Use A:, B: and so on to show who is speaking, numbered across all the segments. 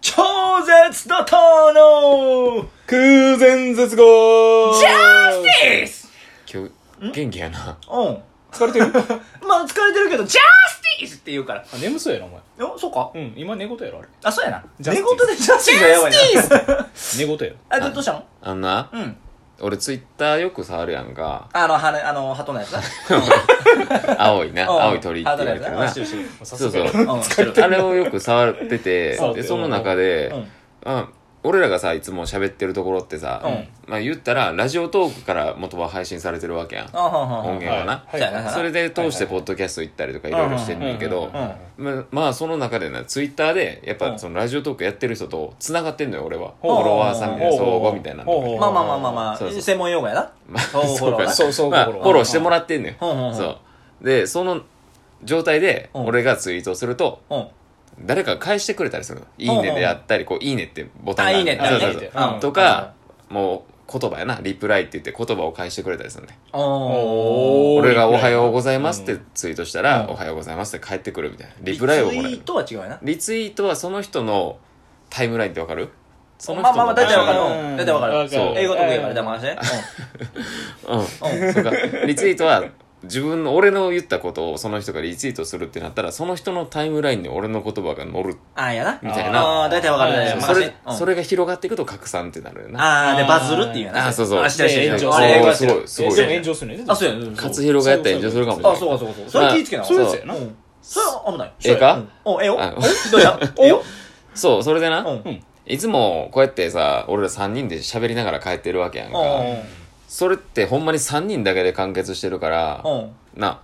A: 超絶怒涛の
B: 空前絶後
A: ジャスティス
B: 今日、元気やな。
A: うん。
B: 疲れてる
A: まあ疲れてるけど、ジャスティスって言うから。
B: あ、眠そうやな、お前。
A: お、そうか。
B: うん、今寝言やろ、あれ。
A: あ、そうやな。
B: ジャ
A: 寝
B: ステ
A: 言
B: ィス
A: でジャスティスがやばいな。
B: ジャステ
A: ィス
B: 寝言やろ。
A: あ、どどうしたの
B: あんな、
A: うん。
B: 俺ツイッターよく触るやん か。
A: あの、はね、あの、鳩のやつな。
B: 青いな、
A: うん
B: 青い鳥って言われてる
A: あ
B: な。
A: 知
B: そう
A: 知る
B: そう。
A: うん知ってる
B: あれをよく触ってて、
A: 触って
B: で、
A: る
B: その中で、
A: うん
B: あ俺らがさ、いつも喋ってるところってさ、まあ言ったら、ラジオトークから元は配信されてるわけやん。
A: あはんはんはん
B: 音源がな。
A: そうやな
B: それで通してポッドキャスト行ったりとかいろいろしてんねんけど、ままあその中でなツイッターでやっ
A: うん
B: ぱそのラジオトークやってる人とつながってんのよ俺はフ
A: ほう
B: ォロワーさんみたいな
C: ほう
B: 相互みたいなのとか
C: ほう
A: まあまあまあまあまあ、
B: そうそう
A: 専門用語やな。
B: まあ
A: そう
B: そうかな
C: そうそう
B: まあ
C: フ
B: フ
C: ォロー
B: ォローしてもらってんのよ
A: ほうほうほう
B: そうでその状態で
A: うん
B: 俺がツイートすると
A: うん。
B: 誰かが返してくれたりするの「いい
A: ほうほ
B: ね」
A: う
B: であったりこう「いいね」ってボタン
A: あ、
B: が
A: いいねってね。
B: そうそうそう
C: あ
A: うん
B: とかもう言葉やなリプライって言って言葉を返してくれたりするね
A: うんおー。
B: 俺が「おはようございます」ってツイートした
A: う
B: ら「
A: ん
B: おはようございます」って返ってくるみたいなリプライをもらえ
A: リツ
B: る
A: イートは違うよな。
B: リツイートはその人のタイムラインってわかるその
A: ま
B: 人
A: あまあまあ、大体わかる
C: う
A: うん
C: ん。
A: 大体わか
C: わ
A: る。
C: か
B: る
A: そう英語得意やから、
C: うん
A: でも話ね。
B: うん、そうかリツイートは自分の俺の言ったことをその人がリツイートするってなったらその人のタイムラインに俺の言葉が乗る
A: ああ、やな。
B: みたい
A: あ
B: な
A: あー、大体わかるね。
C: うん
B: それ,、
A: うん
B: それが広がっていくと拡散ってなるよな
A: ああ、で、バズるっていうやな。
B: あーそうそう
A: あ、してるしてる
C: で
A: して
C: 炎
A: る。あ
C: 上する
A: れ、映画してる。
B: すごい
C: でも炎上するね。
A: あ、そうやね。そう
B: 勝弘がやったら炎上するかもしれ
A: あ、
B: ない
A: そうかそうかそうか。それ気ぃつけな。
B: あ
C: そういうやつや
B: う
C: な。
A: うん。それは危ない。
B: ええか
A: うんお、ええよ。
B: あ
A: おどう したええよ。
B: そうそれでな、
A: うん。うん。
B: いつもこうやってさ俺ら3人で喋りながら帰ってるわけやんかそれってほんまに3人だけで完結してるから
A: うん。うん。
B: な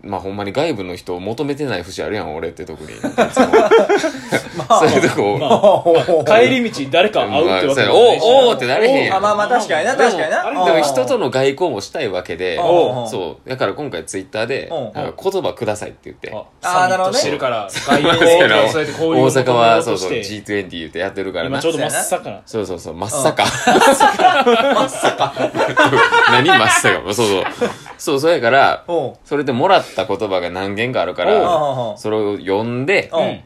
B: まあほんまに外部の人を求めてない節あるやん俺って 特に
A: まあ
B: そういうとこ、
C: ま
B: まあ、
C: 帰り道誰か会うってわけ
B: そう
C: で
B: や
C: もないし
B: おおーってなれへんや
A: あ、
B: ん
A: まあまあ、確かにな、
B: でも
A: 確かにな。
C: あれ
B: で
A: うん
B: も人との外交もしたいわけで
A: うん
B: そうだから今回ツイッターで
A: うん
B: なんか言葉くださいって言って
C: あ
A: あーなるほどね
C: サミットしてるから、外
B: まあ
C: 交
B: そうやな
C: そうやって
B: 大
C: 交流を
B: 阪はそうそ
C: 求
B: う
C: めよとして
B: G20 言ってやってるから
C: 今
B: な
C: ちょうど真っ盛ら。
B: そうそうそう真っ盛
A: まさか。
B: 何真っ盛そうそうそうそうやから
A: おう
B: それでもらった言葉が何件かあるか
A: おう
B: らそれを読んで
A: うん
C: うん。よ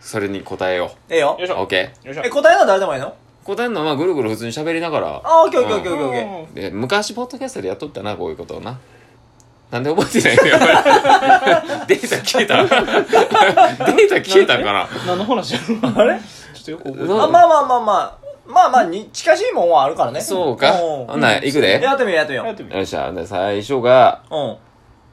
B: それに答えよ
A: ええよ
C: い。し
B: う
C: ょ。
B: OK
C: よいしょ
A: え、。答えは誰でもいいの
B: 答えるのはまあぐるぐる普通に喋りながら
A: あ、オッケーオッケーオッケー
B: う
A: オッケーオッケー。
C: うん
B: んで昔ポッドキャストでやっとったなこういうことをななんで覚えてないのよ データ消えたデータ消えたんかな
C: 何の話やろあれちょっとよく覚えて
B: う
C: なん
A: あまあまあまあまあまあまあに近しいもんはあるからね
B: そうか
A: ん
B: ほんなら行くで
A: やってみようやってみよ
C: い。や ってみよ
B: よっしゃで最初が
A: ううん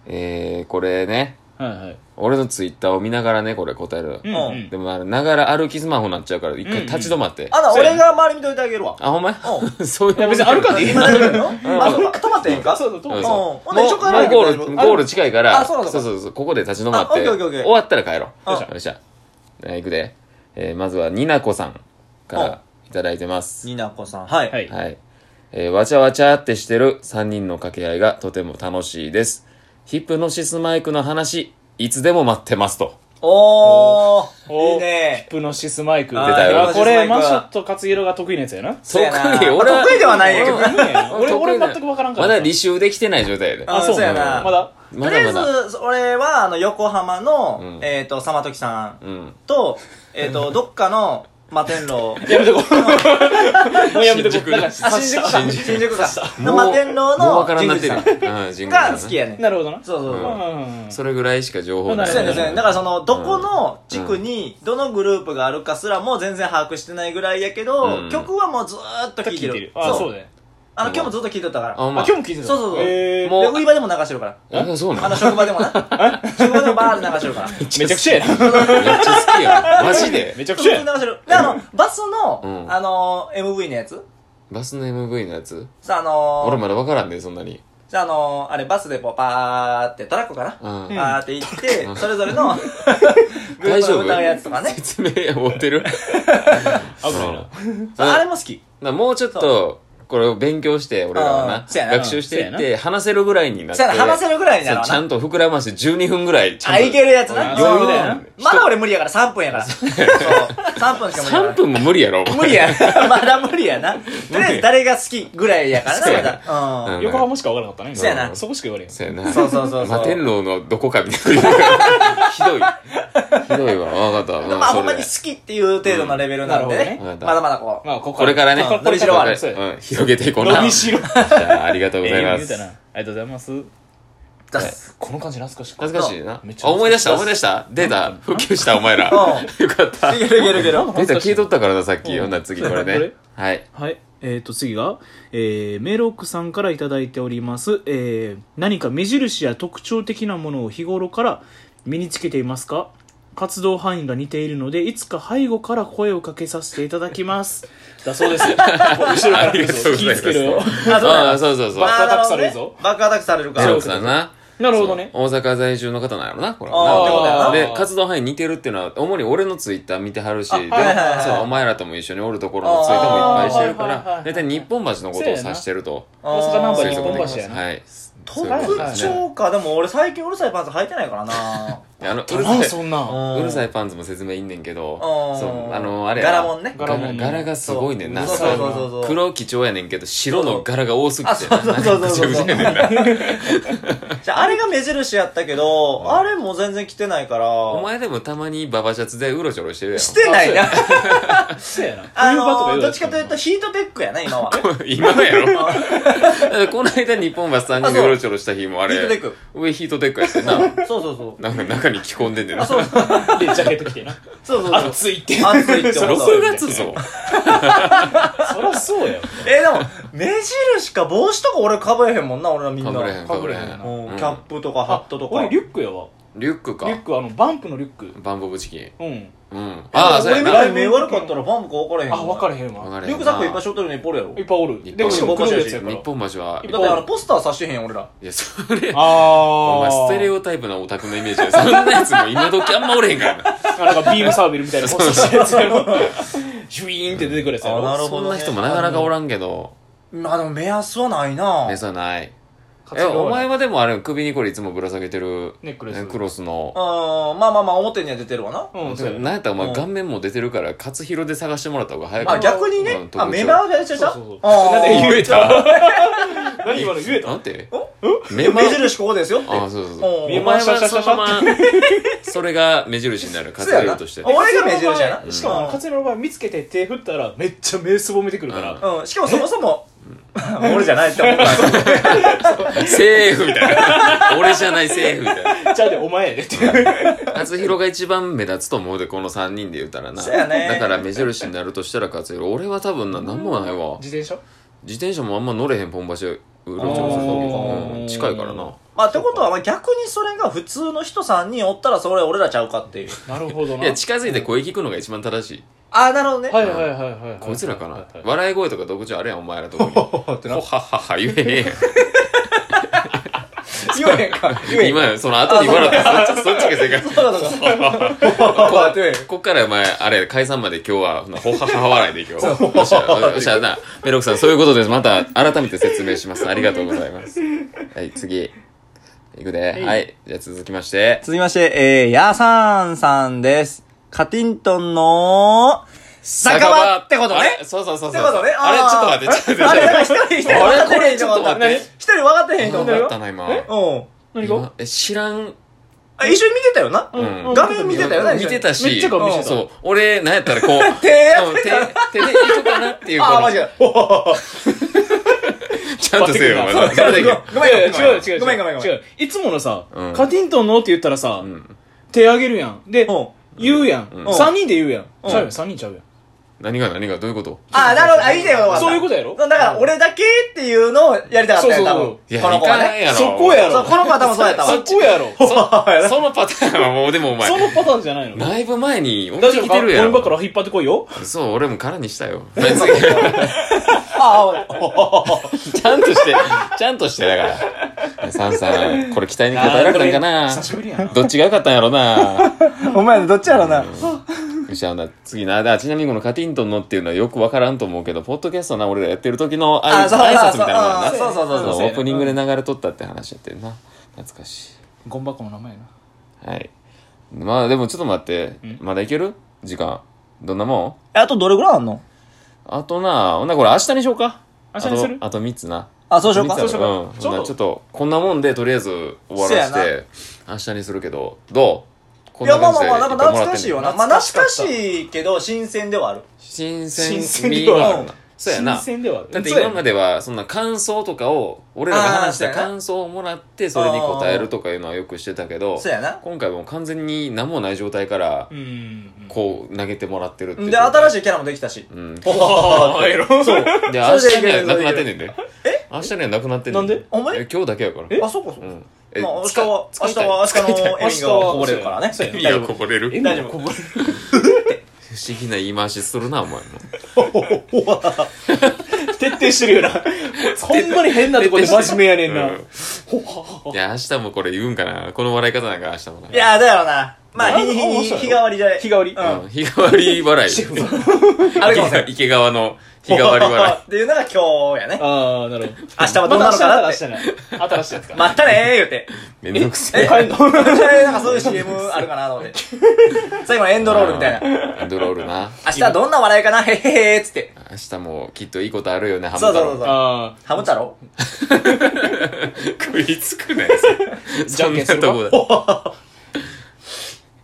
B: えー、これね
C: う。はいはい。
B: 俺のツイッターを見ながらねこれ答える、
C: うんうん
B: でもあれながら歩きスマホになっちゃうから
C: うん
B: 一回
C: うん
B: 立ち止まって、
A: あな
C: そうや
A: 俺が周り見といてあげるわ
B: あほんまや
A: う
B: そういう
C: いや別に歩かん でいい
A: 今大丈夫よあそう止まっていいんか
C: そうそう、
B: う
C: 友
B: ん
C: 達。
B: そ
A: ほ
B: うんも
A: で
B: う
A: 一
B: も
A: 緒から
B: うゴールゴール近いから
A: あそうかそうか
B: そうそうここで立ち止まっ
A: あオッ
B: て
A: ケーオッケーオッケー
B: 終わったら帰ろう
A: うん
B: よっしゃじゃあ行くで、えー、まずはになこさんからいただいてます
A: になこさんはい、
C: はい。
B: はい。えーわちゃわちゃってしてる3人の掛け合いがとても楽しいです。ヒプノシスマイクの話、いつでも待ってますと。
A: おお
C: お
A: いいね
C: ヒプノシスマイク。
A: あー
B: 出たよ
C: いやこれ、
A: ヒプノ
C: マ
A: シスマイクは
C: シャット勝弘が得意なやつやな。
A: そうやな
B: 特に俺は
A: 得意ではないんやけど
B: 俺は
C: 俺、俺
B: 得意な
C: 全くわからんか
B: ま
C: ら。
B: だ履修できてない状態やで。
A: あ
C: あ、そう
A: そうやな
C: まだ
B: ま
A: とりあ
B: だ
A: え
B: まだ。
A: ず俺はあの横浜の、
B: うん
A: えっ、とさまときさん
B: うん。
A: とえっ、 とどっかの摩天楼
C: やめとこう。もうやめとこ
B: 新
C: う。
B: 宿
C: だから
A: あ新宿か新宿かの
B: もう
A: 摩天楼
B: もう
A: の
B: わからんなってる。
A: 神宮
B: うん、神
A: 寺
B: 宮
A: さん
B: 寺ね
A: が好きやねん
C: なるほどな。
A: そうそうそう、
B: うん
C: うん
B: それぐらいしか情報ない。
C: ほ
A: そ
C: な
A: うやね、そうやね。だからその、どこの地区
B: うん
A: に、どのグループがあるかすらも全然把握してないぐらいやけど、
B: うん
A: 曲はもうずーっと聴いて
C: 聞いて
A: る
C: る。。あ、そうだね。
A: あの、今日もずっと聴いとったから。
B: あ、ほん
C: あ、
B: ま。
C: 今日も聞いてた。
A: そうそうそう
C: へー
B: も
A: で、
B: う
A: 売り場でも流してるから。
B: あ、そうな
A: あ
B: の
A: の、職場でも な。職場でもバーで流してるから。
C: めちゃくちゃやな。
B: めっちゃ好 きやん。マジで
C: めちゃく
A: 普通
C: ち
A: に
C: ゃや
A: 流
C: な。
A: してる。で、あの、バス
B: う
A: の、
B: ん
A: あの、MV のやつ
B: バスの MV のやつ
A: さ、あの
B: 俺
A: ー、
B: まだわからんで、そんなに。
A: さ、あのー、あれ、バスでこう、パーって、トラックかな
B: う
A: パ
B: ん
A: ーって行って、それぞれ の、グル
B: 大
A: ープ
B: 丈
A: の
B: 夫
A: 歌うやつとかね。
B: 説明合う てる
A: そ
C: 危ないな。
A: うあれも好き。
B: なもうちょっとこれを勉強して俺らは
A: う
B: なん
A: そうやな
B: 学習していっ
C: そう
B: て話せるぐらいになっ
A: そ
B: て
A: うやな話せるぐらいになるわな
B: そうちゃんと膨らまして12分ぐらいちゃん
A: あ、
B: と
A: いけるやつな。
C: 余裕だよな
A: うんまだ俺無理やから3分やから。そう。 3分しか無理やな
B: 3分も無理やろ
A: 無理や まだ無理やなとりあえず誰が好きぐらいやから
B: そうや
A: なまだ
B: うん
C: 横浜しか分からなかったね。
A: そうやな
C: そこしか言われへん。
B: そうや
A: う
B: なん
A: そうそうそうそう
B: 摩天楼のどこかみたいなひどいひどいわ分かった
A: まあほんまに
B: で
A: 好きっていう程度のレベルなんでね
B: うんなるほどね
A: まだまだこう
C: まあ、ここ
B: これからね
A: うん伸びしろはある
C: そうや
B: うん広げていこうな
C: 伸びしろ。
B: じゃあありがとうござい
C: え
B: ま
C: え言うた
B: す
C: なありがとうございます。
A: 出す
C: この感じ懐かしい。
B: 恥ずかしいな
C: めっちゃ
B: あ思い出した思い出したデータ普及したお前ら
A: う
B: よかった
A: い
B: デ
A: けるいけるいける
C: なんか
B: ータ聞いとったからなさっき
C: うん
B: ほんなら次こ
C: こ
B: れ
C: れ
B: ねはい
D: はい。えっ、と、次が、えー、メロックさんからいただいております、えー、何か目印や特徴的なものを日頃から身につけていますか活動範囲が似ているので、いつか背後から声をかけさせていただきます。
C: だそ うですよ。後ろから
B: あり
C: 来
B: が
C: る
B: とう
C: ぞ。
B: ご
C: 気ぃ
B: ざいます
C: つけるよ。
B: ああそうそうそう
C: バックアタックされる
A: なほど
C: ぞ
A: ねバックアタックされるか
B: メ
A: ら
B: ロ
C: そ
B: ク
C: う
B: さんな
C: なるほどね。
B: 大阪在住の方なんやろなこれ
A: あーってことや
B: は
A: な
B: なで活動範囲似てるっていうのは主に俺のツイッター見てはるしで
A: はいはいはい
B: そうお前らとも一緒におるところのツイートもいっぱいしてるか
C: あーはいはいはいは
B: ら
C: い
B: 大体日本橋のことを指してると
A: あ
C: 大
A: ー
C: 阪ナンバー
B: 推
C: 日
B: 測で
C: 本
B: き
C: 橋や
B: ま
C: な。
B: すはい
A: 特
B: そういうことですね
A: 徴かでも俺最近うるさいパンツ履いてないからな
B: あのうる
C: な
B: さ
C: ん
B: い
C: そんな。
B: うるさ
A: い
B: いパンツも説明いんねんけど、
A: うん
B: そうあのあれ
A: 柄もんね
B: 柄
C: 柄もんね
B: 柄がすごいねんな
A: そうそうそうそうそう
B: 黒貴重やねんけど白の柄が多すぎ
A: あ
B: て
A: そうそうそうそうそう
B: ぐちゃぐちゃやねんな
A: じゃああれが目印やったけどあれも全然着てないから
B: お前でもたまにババシャツでうろちょろしてるやん
A: してないな
C: そうやな。
A: あ
C: 冬場とか
A: の
C: 夜
A: どっ
C: だ
A: ちかというとヒートテックやな今は
B: 今やろこの間日本橋さんにうろちょろした日もあれ
A: ヒートテック
B: 上ヒートテックやってんな
A: そうそうそう
B: なんか中に着込んでんねんな
A: あそうそう
C: で、ジャケット着 てな。
A: そうそうそう
C: 暑いって。
A: 暑いって思
B: 6
A: った
B: 月ぞ
C: そりゃそうや。
A: えでも目印か帽子とか俺かぶれへんもんな俺らみんな
B: かぶれへ
A: か
B: んか
A: ぶ
B: ぶ
A: れ
B: れ
A: へ
B: へ
A: ん
B: ん
A: う
B: うんん
A: キャップとかハットとか
C: 俺リュックやわ。
B: リュックか
C: リュックはあの、バンプのリュック。
B: バンボブチキン
C: うん。
B: うん
A: あ
B: ああそうや
A: 俺み
B: な
A: たいに目悪かったらファンムか分からへん
C: あ、分から
A: へん
C: へん
B: わ
C: わ。
B: からへんな
A: リュックサックいっぱいしょってるのにポルやろ
C: いっぱいおる。
B: いっぱいお
C: で、
B: る
C: しかも黒いやつやから。
B: 日本橋は
A: だってあのポスター刺してへんやん俺ら
B: いやそれ
C: あ
B: お前ステレオタイプなオタクのイメージやそんなやつも今時あんまおれへんからな
C: あなんかビームサーベルみたいなポスターしたやつやろ。シュイーンって出てくるやつや
A: あなる
C: ろ。
A: ほど
B: そん
A: ね
B: な人もなかなかおらんけど
A: まあでも目安はないな
B: 目さない
C: 活
B: え
C: 動
B: お前はでもあれ首にこれいつもぶら下げてる
C: ネックレス
B: ねクロスの
A: うんまあまあまあ表には出てるわな
C: うん、そうや
B: なんやったらお
A: うん
B: 前顔面も出てるから勝弘で探してもらった方が早いか
A: あ
B: も
A: 逆に
B: う
A: ね
B: ん特徴
A: あ目回りちゃっ
C: そう
A: た
C: そうそう
A: あ
C: なんで言
A: ー
C: えた何今の言え
B: な
C: た
B: んて
A: 目
B: 目回り
A: 印ここですよって
B: あそうそうそう
A: うん
B: お前はそのままそれが目印になる
A: そう
B: 活
A: やな
B: 用として
A: 俺が目印やな
C: しかもあの、
A: うん
C: 勝ツの場合見つけて手振ったらめっちゃ目すぼめてくる から。
A: うんしかもそもそも俺じゃないって思ったんですよ
B: セーフみた いな俺じゃないセーフみたいな
C: じゃあで、お前やでって。
B: 勝弘が一番目立つと思うでこの3人で言うたらな
A: そうやね
B: だから目印になるとしたら勝弘俺は多分な何もないわ
C: 自転車
B: 自転車もあんま乗れへんポン橋うろちょろする
C: あ
B: 時
C: ー
B: うん近いからな
A: まあってことはまあ逆にそれが普通の人さんにおったらそれ俺らちゃうかっていう
C: なるほどな。
B: いや近づいて声聞くのが一番正しい
A: ああなるほどね
C: はいはいはいはいはい。
B: こいつらかな
C: はいはい
B: 笑い声とか特徴あるやんお前らとかにほ
A: ってな
B: ははは言えへんやん
A: 言えへんか言えへん
B: 今よその後に笑ったそっちそっちが正 解
A: そうかそうかこうやって言えへん
B: こっからお前あれ解散まで今日はほはは笑いでいくよよっしゃよっしゃなメロクさんそういうことですまた改めて説明しますありがとうございますはい次いくではいじゃあ続きまして
A: 続きまして、えー、ヤーサーンさんです。カティントンの、酒場ってこと
B: あ
A: ね
B: れ。そうそうそう
A: っ
B: そ
A: て
B: う
A: ことね。
B: あれちょっと待ってちょっと
A: あ
B: 待
A: れ、
B: って
A: だから一人、一人分かってへん人おった
B: あれこれちょっと待って
A: 一人分かってへん人お
B: 分
A: った
B: か
A: よ
B: っ。たな今
A: うん。
C: 何が
B: 今え知らん
A: あ一緒に見てたよな。
B: ん
C: うん
A: 画面見てたよな、一緒
B: 見
A: に
B: てたし
C: めっちゃ顔見せた
B: そう俺なんやったらこう
A: 手や
B: うん手手でいくかなっていう
A: あ
B: こ
A: あ、
B: の
A: 間違えた。お
B: ちゃんとせ よお前
A: そうそうそうご
C: い
A: めん
C: やいや違う違う違う。
A: ごめんごめんごめん
C: 違う。いつものさ
B: うん、
C: カティントンのって言ったらさ
B: ん、
C: 手あげるやん。で、
A: うん
C: 言うやん。
A: ん
C: 3人で言うやん。
A: ん
C: ちゃうやん、3人ちゃうやん。
B: 何が何がどういうこと
A: ああ、なるほど。あ、いいね、よ
C: そういうことやろ
A: だから、俺だけっていうのをやりたかったよ、
C: そ
A: 多
C: うそうそう
A: 分。
B: いや
A: この子は
B: 行かん
A: ね。
B: やろ
C: そこや
A: そう、
C: ろ。
A: この子は多分そうやったわ。
C: そこやろ。
B: そそのパターンはもうでもお前
C: そのパターンじゃないの
B: だいぶ前に
C: 大
B: 起
C: 丈
B: き
C: 夫
B: て
C: か
B: きてるや
C: 俺ばっか
B: ん
C: ら引っ張ってこいよ。
B: そう俺も空にしたよはい次
A: ああ、危ない
B: ちゃんとしてちゃんとしてだからサンさんこれ期待に応えられたんか
C: 久しぶ
B: な
C: りやな。
B: どっちが良かったんやろな
A: お前らどっちやろな。
B: よしあのな次なあちなみにこのカティントンのっていうのはよくわからんと思うけどポッドキャストな俺らやってる時のあい
A: あそう
B: 挨拶みたいなもんやな
A: そうそうそうそう
B: そう
A: そう
B: オープニングで流れとったって話やってんな懐かし
C: ゴンバコの名前やな。
B: いはいまあでもちょっと待って
C: ん
B: まだいける時間どんなもん
A: えあとどれぐらいあんの
B: あとな、ほんならこれ明日にしようか。
D: 明日にする
B: あとあと3つな。
A: あ、そうしようか。
B: 三つ
A: そうし
B: や
A: よ
B: ろうん。
D: そうしようかちょっと
B: ほんならちょっと、こんなもんでとりあえず終わらせ
A: せや
B: て、明日にするけど、どう
A: う。
B: こん
A: い
B: な
A: や、まあ
B: 感
A: まあ
B: じで
A: まあ、なんか懐かしいよ
B: な。
A: な。まあ、
C: 懐かしか
A: 懐
C: っ
A: か
C: た
A: しいけど、新鮮ではある。
B: 新
C: 新
B: 鮮
C: 鮮
B: 味
C: 味
B: は
C: は
B: あ
C: あ
B: る
C: る
B: な
C: な。
B: そうやな。
C: 新鮮ではある
B: だって今までは、そんな感想とかを、俺らが話した
A: あーそうやな
B: 感想をもらって、それに答えるとかいうのはよくしてたけど、
A: そうやな。
B: 今回もう完全に何もない状態から
C: う、ん
B: こう投げてもらってるっていう。
A: で、新し
B: い。
A: いキャラもできたし。
B: うん。
C: ああエロそう
B: で、明
A: それ
B: 日
A: で
B: に
A: いけ
B: は
A: る
B: なくなってんねんで。え明日にはなくなってんね
C: なんで
A: お前
B: え今日だけやから。
A: あ、そうかそううか。
B: ん。
A: まあ、明日は、明日は、
B: 使い
A: 明日
B: たい
A: のエミがこぼれるからね。
C: そうや
B: エ
C: な
B: ミがこぼれる
A: 大丈夫。
B: 不思議な言い回しするな、お前も。
C: 徹底してるよなほんまに変なとこで真面目やねんな
B: うんいや、明日もこれ言うんかな。この笑い方なんか明日もな。
A: いやー、だよな。まあ、日に日
C: あ
A: に
C: 面白い
A: 日替わりじゃない。
C: 日替わり
A: うん。
B: うん日替わり 笑い。
A: あるかもしれない。
B: 池川の日替わり笑 い。
A: っていうのが今日やね。
C: ああなるほど
A: 明日はどうなのかな
C: ま
A: ったて。
C: 明日な新しいやつか
A: まったねー言うて。
B: めんどくせ
A: え
B: え。
A: 帰んのなんかそういう CM あるか なと思って。最後のエンドロールみたいな。
B: な。ドロールな。
A: 明日はどんな笑いかなへへへーっつって。
B: 明日もきっといいことあるよね、ハ
A: そうそうそう
B: う。
A: そう。
C: あ
A: ハム太郎
B: 食いつ くね。
C: じ
B: そ
C: ゃ
B: ん
C: んけ
B: な
C: んするか
B: とこ
C: あ
B: だ。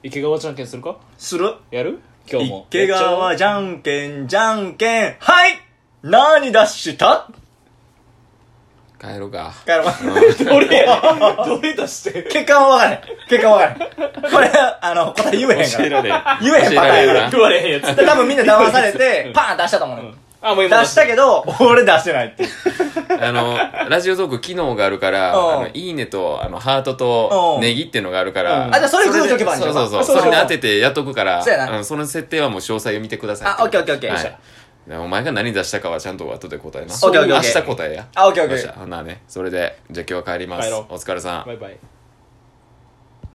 C: 池川じゃんけんするか
A: する
C: やる今日も
A: 池川じゃんけんじゃんけん。はい何出した
B: 帰ろうか。
A: だから、
C: どれやねんどれ出して
A: 結果はわからない。結果はわからない。これ、あの、答え言えへん
B: 教
A: か
B: え
A: ら
B: れん。
A: 言えへんパターンやから
C: 食われへんやつ
A: で。多分みんな騙されて、パーン出したと思うのよ。
C: あも
A: 出
C: う
A: したけど、俺出してないっていう。
B: あの、ラジオトーク機能があるから、
A: うん
B: あの、いいねと、あの、ハートと
A: う、ん
B: ネギっていうのがあるから。
C: うんあ
A: じゃあそれぐるっといけばいいんじ
B: そ
A: ゃ
B: うんそうそう。
A: あそう
B: そ
A: そう
B: れに当ててやっとくから、
A: そうやなん
B: その設定はもう詳細を見てください。
A: あ、オッケーオッケーオッケー。
B: はい。お前が何出したかはちゃんと後で答えな。
A: ッケーオッケーオッケー
B: 明日答えや。
A: あオッケーオッケー
B: よっしゃほんならね、それで、じゃあ今日は帰ります。
C: 帰ろう
B: お疲れさん。
C: バイバイ